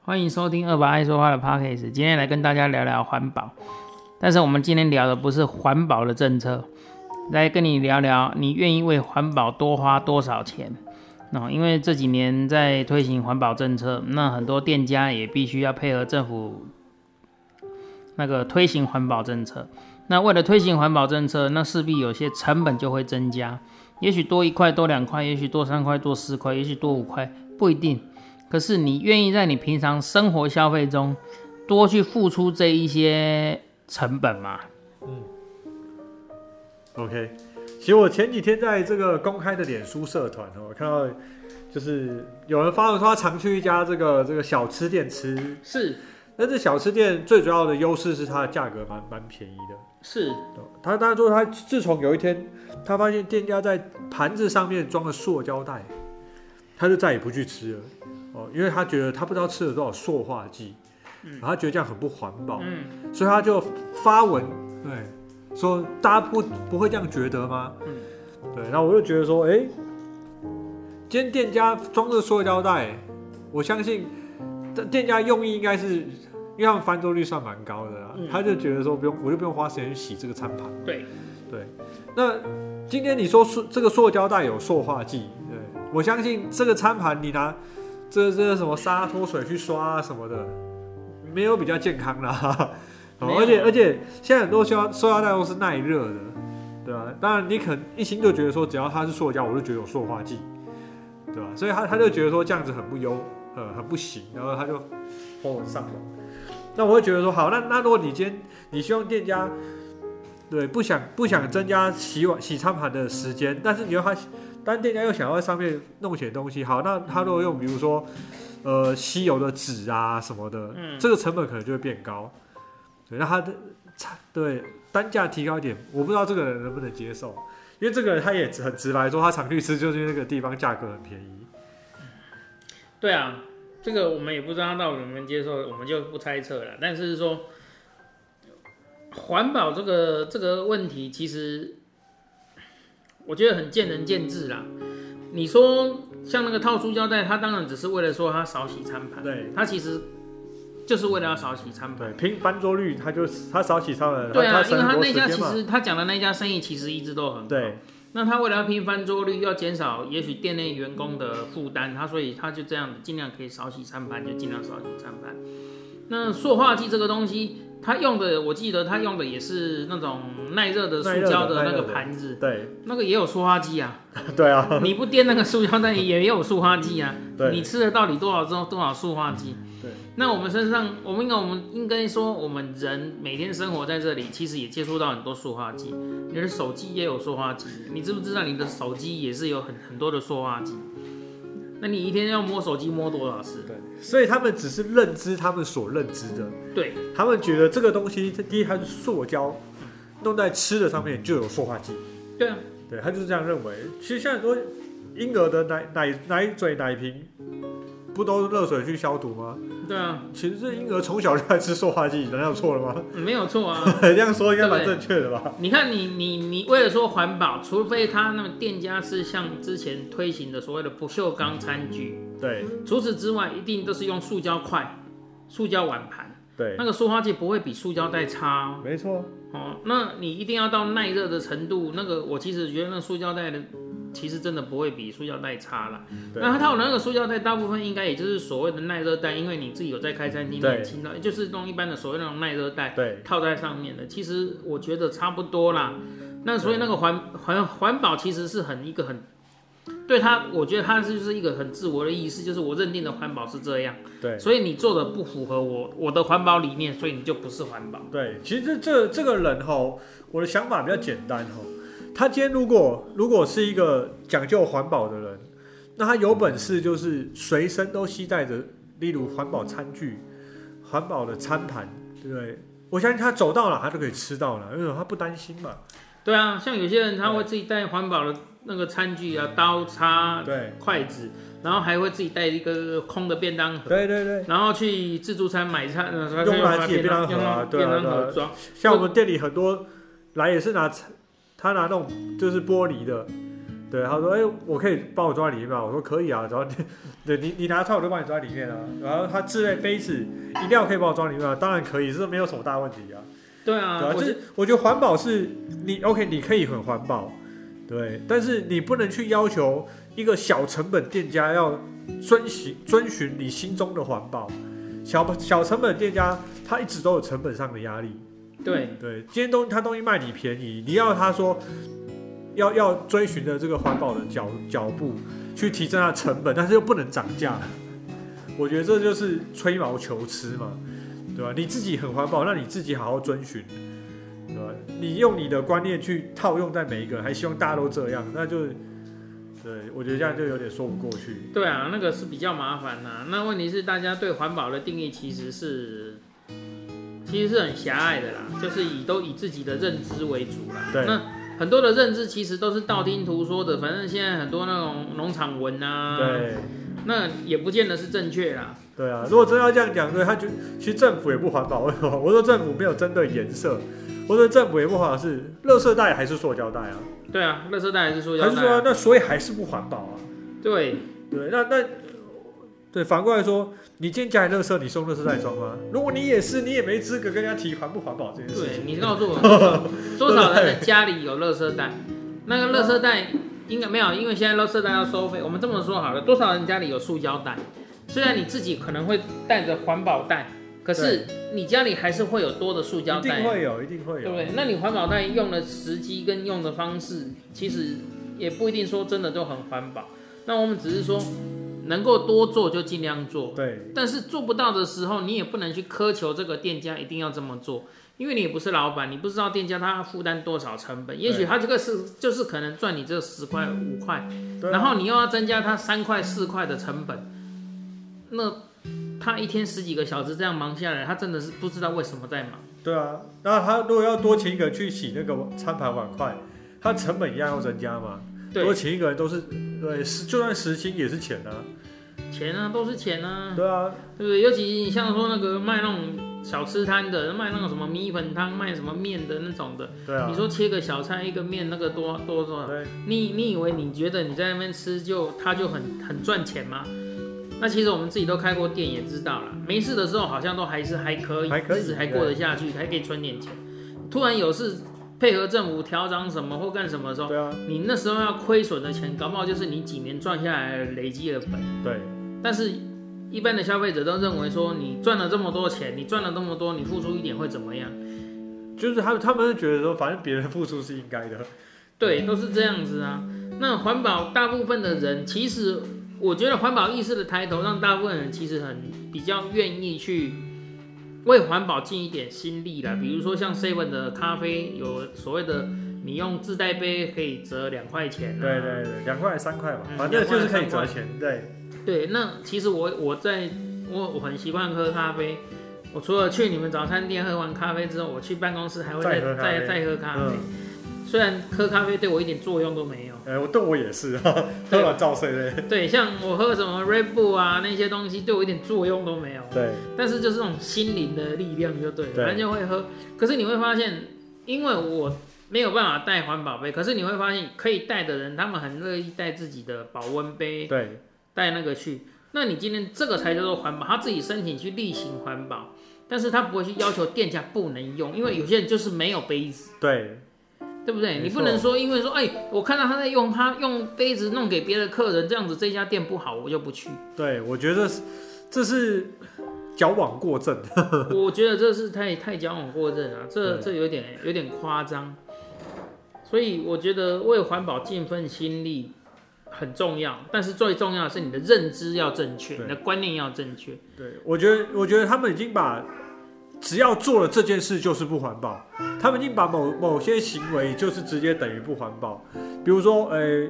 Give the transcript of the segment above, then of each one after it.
欢迎收听二八爱说话的 Podcast。今天来跟大家聊聊环保，但是我们今天聊的不是环保的政策，来跟你聊聊你愿意为环保多花多少钱。那、因为这几年在推行环保政策，那很多店家也必须要配合政府那个推行环保政策。那为了推行环保政策，那势必有些成本就会增加，也许多一块、多两块，也许多三块、多四块，也许多五块，不一定。可是你愿意在你平常生活消费中多去付出这一些成本吗？ OK，其实我前几天在这个公开的脸书社团哦，我看到就是有人发文说他常去一家这个这个小吃店吃，是但是小吃店最主要的优势是它的价格蛮蛮便宜的。是，哦他他说他自从有一天他发现店家在盘子上面装了塑胶袋，他就再也不去吃了哦，因为他觉得他不知道吃了多少塑化剂，然后他觉得这样很不环保。嗯，所以他就发文，对，说大家不不会这样觉得吗？嗯对，然后我就觉得说，哎，今天店家装着塑胶袋，我相信店店家用意应该是，因为他们翻桌率算蛮高的啦，嗯他就觉得说不用，我就不用花时间去洗这个餐盘。对，对，那今天你说塑这个塑胶袋有塑化剂，对我相信这个餐盘你拿这这个什么沙脱水去刷啊什么的，没有比较健康啦。哦没有而且而且现在很多塑胶塑胶袋都是耐热的，对吧、当然你可能一心就觉得说只要它是塑胶，我就觉得有塑化剂，对吧、所以他他就觉得说这样子很不优，呃，很不行，然后他就泼文上网。那我会觉得说好，那那如果你今天你希望店家对，不想不想增加洗碗洗餐盘的时间，但是你又他，但店家又想要在上面弄些东西，好，那他如果用比如说，呃，稀有的纸啊什么的，嗯这个成本可能就会变高，对，那他的差对单价提高一点，我不知道这个人能不能接受，因为这个人他也很直白说，他常去吃就是因为那个地方价格很便宜，对啊，这个我们也不知道他到底能不能接受，我们就不猜测了。但是说环保这个这个问题，其实我觉得很见仁见智啦。你说像那个套塑胶袋，它当然只是为了说它少洗餐盘，对它其实就是为了要少洗餐盘对，。拼翻桌率他就他少洗餐盘，对啊，他因为省他很多那时家间其嘛，实他讲的那家生意其实一直都很好对，那他为了要拼翻桌率，要减少也许店内员工的负担，他所以他就这样尽量可以少洗餐盘，就尽量少洗餐盘。那塑化剂这个东西，他用的我记得他用的也是那种耐热的塑胶的耐那个热的耐热的盘子，对 那个也有塑化剂啊。对啊， 你不垫那个塑胶袋也有塑化剂啊。对你吃了到底多少多多少塑化剂？对。那我们身上，我们应该我们应该说，我们人每天生活在这里，其实也接触到很多塑化剂。你的手机也有塑化剂，你知不知道你的手机也是有很很多的塑化剂？那你一天要摸手机摸多少次？对，所以他们只是认知他们所认知的，对他们觉得这个东西，这第一它是塑胶，弄在吃的上面就有塑化剂，对啊，对，他就是这样认为。其实现在很多婴儿的奶奶奶嘴奶瓶，不都是热水去消毒吗？对啊，其实这婴儿从小就在吃塑化剂，难道有错了吗？ 没有错啊。 这样说应该蛮正确的吧？你看你你你为了说环保，除非他那个店家是像之前推行的所谓的不锈钢餐具，对除此之外，一定都是用塑胶筷、塑胶碗盘，对，那个塑化剂不会比塑胶袋差哦。没错，哦，那你一定要到耐热的程度。那个我其实觉得那塑胶袋的，其实真的不会比塑胶袋差啦。对那它有那个塑胶袋，大部分应该也就是所谓的耐热袋，因为你自己有在开餐厅，你对也听到就是弄一般的所谓那种耐热袋对套在上面的。其实我觉得差不多啦。那所以那个环环环保其实是很一个很。对它，我觉得它就是一个很自我的意识，就是我认定的环保是这样，对。所以你做的不符合我我的环保理念，所以你就不是环保。对，其实这这这个人吼，我的想法比较简单吼。他今天如果如果是一个讲究环保的人，那他有本事就是随身都携带着，例如环保餐具、环保的餐盘，对不对？我相信他走到哪他就可以吃到哪，因为他不担心嘛。对啊，像有些人他会自己带环保的那个餐具啊，刀叉、对，筷子，然后还会自己带一个空的便当盒，对对对，然后去自助餐买餐，呃用来自己的便当盒用啊来对便啊当对啊盒装。像我们店里很多来也是拿他拿那种就是玻璃的，对，他说：“哎、我可以帮我抓里面吗？”我说：“可以啊，只要你， 对你你拿出来，我就帮你抓里面啊。”然后他之类杯子饮料可以帮我抓里面吗？当然可以，这没有什么大问题啊。对对啊啊，，我就是我觉得环保是你 OK，你可以很环保，对，但是你不能去要求一个小成本店家要遵循遵循你心中的环保。小小成本店家他一直都有成本上的压力，对对，今天东他东西卖你便宜，你要他说要要追寻着这个环保的脚脚步去提升它的成本，但是又不能涨价，我觉得这就是吹毛求疵嘛，对吧、你自己很环保，那你自己好好遵循，对吧、你用你的观念去套用在每一个人，还希望大家都这样，那就对我觉得这样就有点说不过去。对啊，那个是比较麻烦呐、那问题是，大家对环保的定义其实是其实是很狭隘的啦，就是以都以自己的认知为主啦。对那很多的认知其实都是道听途说的，反正现在很多那种农场文啊，，对那也不见得是正确啦。对啊，如果真要这样讲，对他就其实政府也不环保。 为什么？我说政府没有针对颜色，我说政府也不环保是，垃圾袋还是塑胶袋啊？对啊，垃圾袋还是塑胶还袋是啊？说那所以还是不环保啊？对对，那那对反过来说，你今天家里垃圾，你送垃圾袋装吗？如果你也是，你也没资格跟人家提环不环保这件事对，情。你告诉 我多少多少人的家里有垃圾袋？那个垃圾袋应该没有，因为现在垃圾袋要收费。我们这么说好了，多少人家里有塑胶袋？虽然你自己可能会带着环保袋，可是你家里还是会有多的塑胶一袋定啊，会有，一定会对不有。对？那你环保袋用的时机跟用的方式，其实也不一定说真的就很环保。那我们只是说，能够多做就尽量做，对但是做不到的时候，你也不能去苛求这个店家一定要这么做，因为你也不是老板，你不知道店家他负担多少成本。也许他这个是就是可能赚你这十块五块，对啊然后你又要增加他三块四块的成本，那他一天十几个小时这样忙下来，他真的是不知道为什么在忙。对啊，那他如果要多请一个人去洗那个餐盘碗筷，他成本一样要增加嘛？多对，请一个人都是对，时就算时薪也是钱啊。钱啊都是钱啊，对啊，对不对？尤其你像说那个卖那种小吃摊的，卖那种什么米粉汤、卖什么面的那种的，对啊你，说切个小菜一个面那个多多多少？对你你以为你觉得你在那边吃就它就很很赚钱吗？那其实我们自己都开过店也知道了，没事的时候好像都还是还可以，还可以日子还过得下去，还可以存点钱。突然有事配合政府调涨什么或干什么的时候，对啊，你那时候要亏损的钱，搞不好就是你几年赚下来累积的本。对但是，一般的消费者都认为说，你赚了这么多钱，你赚了这么多，你付出一点会怎么样？就是他们他们觉得说，反正别人付出是应该的。对，都是这样子啊。那环保，大部分的人其实，我觉得环保意识的抬头，让大部分人其实很比较愿意去为环保尽一点心力嗯啦。比如说像 Seven 的咖啡，有所谓的你用自带杯可以折两块钱、啊，对对对，两块三块嘛，嗯反正就是可以两块三折块钱。对对，那其实我我在我我很习惯喝咖啡。我除了去你们早餐店喝完咖啡之后，我去办公室还会再再喝咖啡再再喝咖啡。嗯虽然喝咖啡对我一点作用都没有。哎，我对我也是， 喝完照睡对对，像我喝什么 Red Bull 啊那些东西，对我一点作用都没有。对但是就是那种心灵的力量就对了，对反正就会喝。可是你会发现，因为我没有办法带环保杯，可是你会发现可以带的人，他们很乐意带自己的保温杯对带那个去。那你今天这个才叫做环保，他自己申请去例行环保，但是他不会去要求店家不能用，因为有些人就是没有杯子。对对不对？没你不错能说，因为说，哎、我看到他在用他用杯子弄给别的客人，这样子这家店不好，我就不去。对，我觉得是这是矫枉过正。 我觉得这是太太矫枉过正了，这对这有点有点夸张。所以我觉得为环保尽份心力很重要，但是最重要的是你的认知要正确，对你的观念要正确。对，我觉得我觉得他们已经把只要做了这件事就是不环保，他们已经把某某些行为就是直接等于不环保，比如说，呃，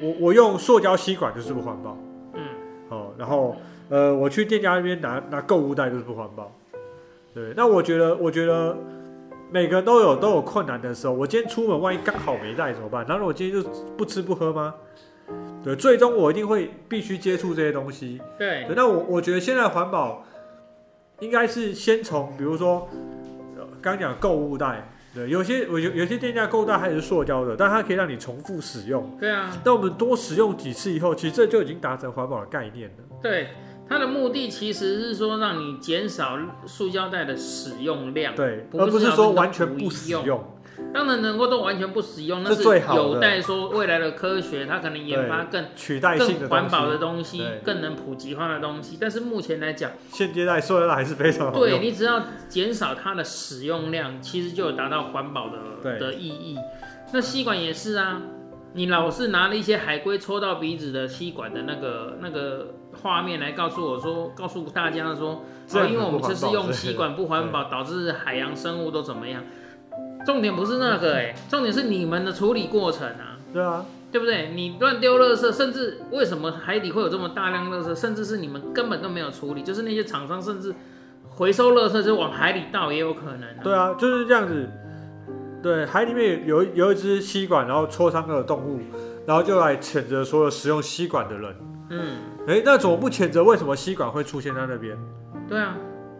我我用塑胶吸管就是不环保，嗯，哦，然后呃，我去店家那边拿拿购物袋就是不环保。对，那我觉得，我觉得每个人都有都有困难的时候。我今天出门，万一刚好没带怎么办？难道我今天就不吃不喝吗？对，最终我一定会必须接触这些东西。对对，那我我觉得现在环保应该是先从，比如说呃刚刚讲购物袋，对，有些我有有些店家够大，它也是塑胶的，但它可以让你重复使用。对啊，那我们多使用几次以后，其实这就已经达成环保的概念了。对，它的目的其实是说让你减少塑胶袋的使用量。对，不而不是是要说真的完全不不使用用。当然能够都完全不使用，那是最好的有待说未来的科学，它可能研发更取代性更的环东保的西，东西对，更能普及化的东西。但是目前来讲，现阶段塑料袋还是非常好对用。你只要减少它的使用量，其实就有达到环保的对的意义。那吸管也是啊，你老是拿了一些海龟戳到鼻子的吸管的那个那个画面来告诉我说，告诉大家说，这哦，样因为我们这次很不环保用吸管不环保，导致海洋生物都怎么样？重点不是那个哎、重点是你们的处理过程啊。对啊，对不对？你乱丢垃圾，甚至为什么海底会有这么大量垃圾？甚至是你们根本都没有处理，就是那些厂商甚至回收垃圾就往海里倒也有可能、啊。对啊，就是这样子。对，海里面有有一只吸管，然后戳伤了动物，然后就来谴责所有使用吸管的人。嗯，哎，那怎么不谴责？为什么吸管会出现在那边？对啊，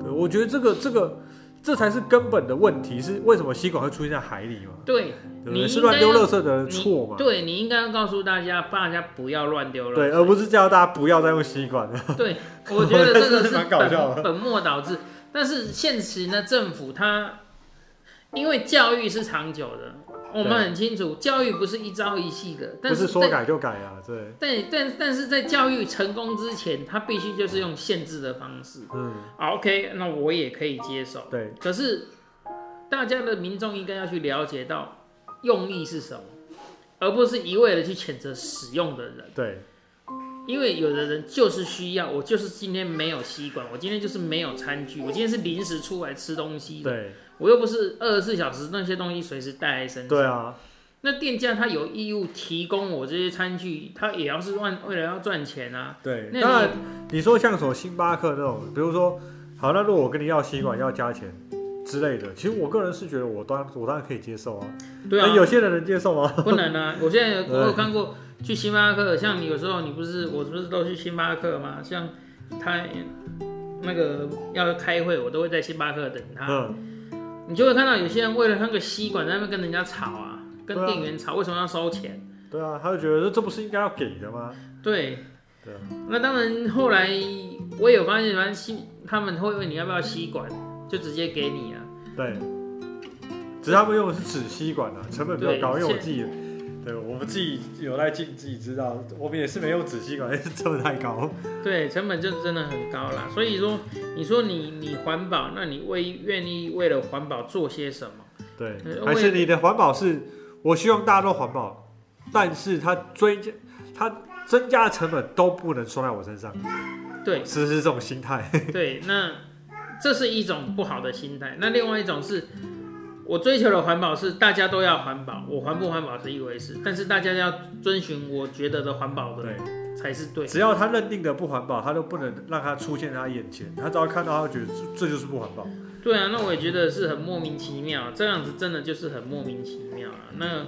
对我觉得这个这个这才是根本的问题，是为什么吸管会出现在海里嘛？对，对不你对？是应该乱丢要垃圾的人你错嘛？对你应该要告诉大家，大家不要乱丢对，垃而不是叫大家不要再用吸管了。圾。对，我觉得这个是蛮搞笑本的本末倒置。但是现实呢，政府它因为教育是长久的，我们对很清楚，教育不是一朝一夕的，但不是是说在改就改啊，对，对，但但是在教育成功之前，他必须就是用限制的方式。嗯，啊 OK，那我也可以接受。对，可是大家的民众应该要去了解到用意是什么，而不是一味的去谴责使用的人。对，因为有的人就是需要，我就是今天没有吸管，我今天就是没有餐具，我今天是临时出来吃东西的，对，我又不是二十四小时那些东西随时带在身上。对啊，那店家他有义务提供我这些餐具，他也要是为为了要赚钱啊。对。那当你然，你说像什么星巴克那种，比如说，好，那如果我跟你要吸管要加钱之类的，其实我个人是觉得我当我当然可以接受啊。对那啊，有些人能接受吗？不能 啊！我现在有对我有看过去星巴克，像你有时候你不是我不是都去星巴克吗？像他那个要开会，我都会在星巴克等他。嗯，你就会看到有些人为了那个吸管在那边跟人家吵啊，跟对啊店员吵，为什么要收钱？ 对啊，他就觉得说这不是应该要给的吗？对对啊。那当然，后来我也有发现，反正吸他们会问你要不要吸管，就直接给你啊。对，只是他们用的是纸吸管啊，成本比较高，对因为我自己，对我们自己有在进，自己知道，我们也是没用纸吸管， 因为成本太高。对，成本就真的很高啦。所以说，你说你你环保，那你为愿意为了环保做些什么？对呃，还我也是你的环保是，我希望大家都环保，但是它追加它增加的成本都不能算在我身上， 对是不是这种心态？对，那这是一种不好的心态。那另外一种是，我追求的环保是大家都要环保，我环不环保是一回事，但是大家要遵循我觉得的环保的对，才是对。只要他认定的不环保，他都不能让它出现在他眼前，他只要看到，他就觉得这这就是不环保。对啊，那我也觉得是很莫名其妙，这样子真的就是很莫名其妙了。那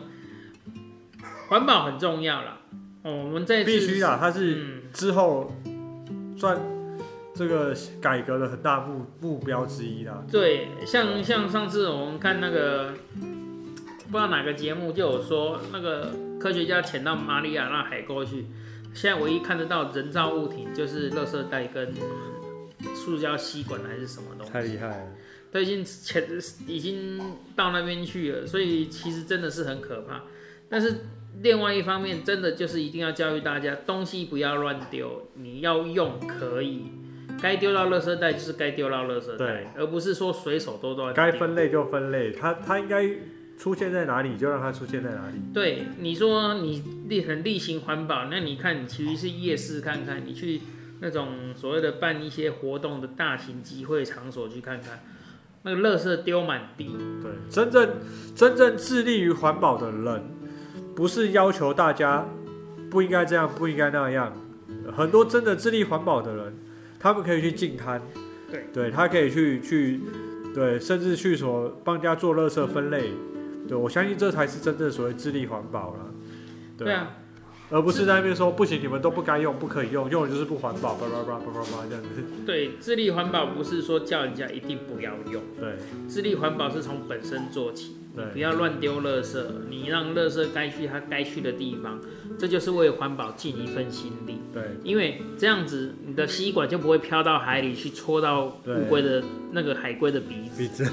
环保很重要啦，哦，我们这次必须啊，它是嗯。之后算这个改革的很大目目标之一啦。对，像像上次我们看那个，不知道哪个节目就有说，那个科学家潜到马里亚纳海沟去，现在唯一看得到人造物体就是垃圾袋跟塑胶吸管还是什么东西，厉害了，都已经潜已经到那边去了，所以其实真的是很可怕。但是另外一方面，真的就是一定要教育大家，东西不要乱丢，你要用可以。该丢到垃圾袋就是该丢到垃圾袋对，而不是说随手都乱丢。该分类就分类，它它应该出现在哪里就让它出现在哪里。对，你说你例很例行环保，那你看你其实是夜市看看，你去那种所谓的办一些活动的大型集会场所去看看，那个垃圾丢满地。对，真正真正致力于环保的人，不是要求大家不应该这样，不应该那样。很多真的致力环保的人，他们可以去净滩，对，对他可以去去，对，甚至去什么帮人家做垃圾分类。对我相信这才是真正所谓致力环保了。对，啊，而不是在那边说不行，你们都不该用，不可以用，用了就是不环保，叭叭叭叭叭叭这样子。对，自力环保不是说叫人家一定不要用，对，自力环保是从本身做起。你对不要乱丢垃圾，你让垃圾该去它该去的地方，这就是为环保尽一份心力。对因为这样子，你的吸管就不会飘到海里去戳到乌龟的那个海龟的鼻子，鼻子，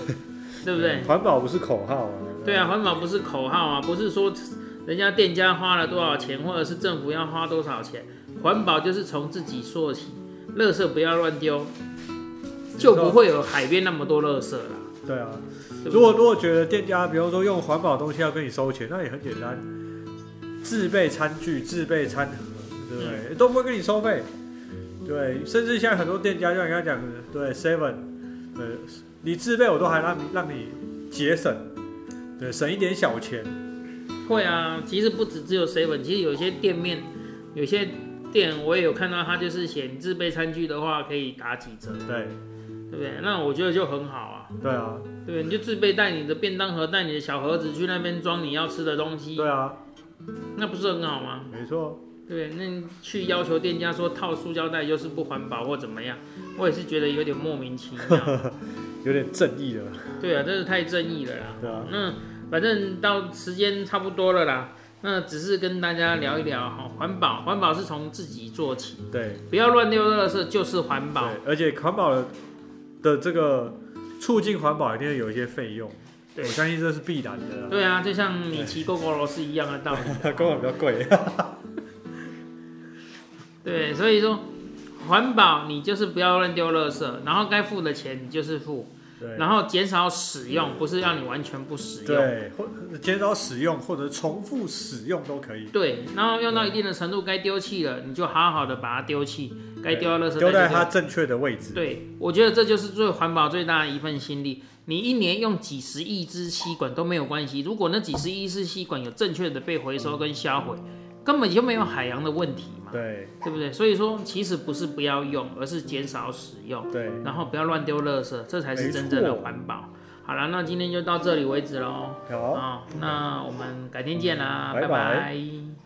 对不对？环保不是口号啊，对啊，环保不是口号啊，不是说人家店家花了多少钱，或者是政府要花多少钱，环保就是从自己做起，垃圾不要乱丢，就不会有海边那么多垃圾啦。对啊。对不对如果如果觉得店家，比方说用环保东西要跟你收钱，那也很简单，自备餐具、自备餐盒，对不对？嗯都不会跟你收费。对，甚至现在很多店家就像刚才讲的，对 Seven，呃，你自备我都还让你让你节省，对，省一点小钱。会啊，其实不止只有 seven，其实有些店面，有些店我也有看到，它就是写你自备餐具的话可以打几折，对，对不对？那我觉得就很好啊，对啊，对不对？你就自备带你的便当盒，带你的小盒子去那边装你要吃的东西，对啊，那不是很好吗？没错，对，那你去要求店家说套塑胶袋就是不环保或怎么样，我也是觉得有点莫名其妙。有点正义了。对啊，真是太正义了啦。对啊，那反正到时间差不多了啦，那只是跟大家聊一聊哈，环保，环保是从自己做起，对不要乱丢垃圾就是环对保。，而且环保的的这个促进环保一定有一些费用，我对相信这是必然的啦。对啊，就像米奇狗狗罗是一样的道理。 跟我比较贵。对，所以说环保你就是不要乱丢垃圾，然后该付的钱你就是付，对然后减少使用，不是让你完全不使用。对，或减少使用或者重复使用都可以。对，然后用到一定的程度，该丢弃了，你就好好的把它丢弃，该丢到垃圾袋丢就在它正确的位置。对，我觉得这就是最环保最大的一份心力。你一年用几十亿支吸管都没有关系，如果那几十亿支吸管有正确的被回收跟销毁，根本就没有海洋的问题嘛，对对不对？所以说，其实不是不要用，而是减少使用，对然后不要乱丢垃圾，这才是没真正的错环保。好了，那今天就到这里为止喽。好，啊、那我们改天见啦，拜拜拜拜